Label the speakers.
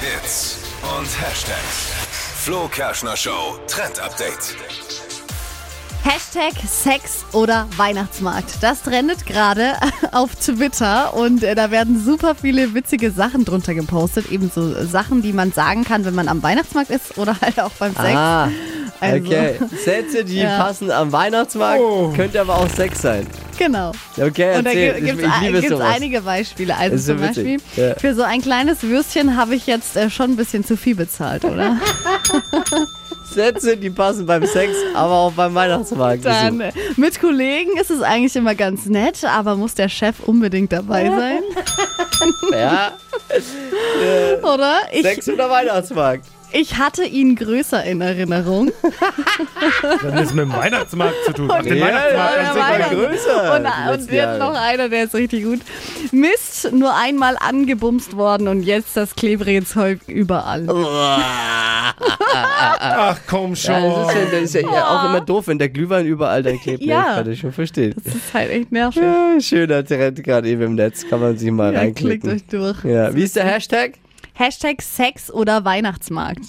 Speaker 1: Hits und Hashtags. Flo Kerschner Show Trend Update.
Speaker 2: Hashtag Sex oder Weihnachtsmarkt. Das trendet gerade auf Twitter und äh, da werden super viele witzige Sachen drunter gepostet. Eben so Sachen, die man sagen kann, wenn man am Weihnachtsmarkt ist oder halt auch beim Sex.
Speaker 3: Ah,
Speaker 2: Also.
Speaker 3: okay. Sätze, die
Speaker 2: Ja.
Speaker 3: passen am Weihnachtsmarkt, könnte aber auch Sex sein.
Speaker 2: Genau.
Speaker 3: Okay,
Speaker 2: Und da
Speaker 3: erzähl.
Speaker 2: gibt
Speaker 3: ich, ich liebe
Speaker 2: es
Speaker 3: sowas.
Speaker 2: einige Beispiele. Also
Speaker 3: Ist so
Speaker 2: zum Beispiel,
Speaker 3: witzig, ja.
Speaker 2: für so ein kleines Würstchen habe ich jetzt äh, schon ein bisschen zu viel bezahlt, oder?
Speaker 3: Sätze, die passen beim Sex, aber auch beim Weihnachtsmarkt.
Speaker 2: Dann äh, mit Kollegen ist es eigentlich immer ganz nett, aber muss der Chef unbedingt dabei sein,
Speaker 3: Ja,
Speaker 2: oder? Ich,
Speaker 3: Sex oder Weihnachtsmarkt.
Speaker 2: ich hatte ihn größer in Erinnerung.
Speaker 4: Dann ist mit dem Weihnachtsmarkt zu tun. Ach, den
Speaker 3: Ja,
Speaker 4: Weihnachtsmarkt
Speaker 3: ja,
Speaker 4: an
Speaker 3: ja,
Speaker 4: sich.
Speaker 3: Weihnachten. größer
Speaker 2: Und,
Speaker 3: die letzten
Speaker 2: und jetzt
Speaker 3: Jahre.
Speaker 2: noch einer, der ist richtig gut. Mist, nur einmal angebumst worden und jetzt das klebrige Zeug überall.
Speaker 4: Ach
Speaker 3: Ja,
Speaker 4: komm
Speaker 3: das, ist ja,
Speaker 4: schon.
Speaker 3: das ist ja auch immer doof, wenn der Glühwein überall dann klebt. ne?
Speaker 2: Ja.
Speaker 3: Ich kann das schon verstehen.
Speaker 2: Das ist halt echt nervig.
Speaker 3: Ja, schöner Trend gerade eben im Netz. Kann man sich mal
Speaker 2: Ja, klickt
Speaker 3: reinklicken.
Speaker 2: euch durch.
Speaker 3: Ja. Wie ist der Hashtag?
Speaker 2: Hashtag Sex oder Weihnachtsmarkt.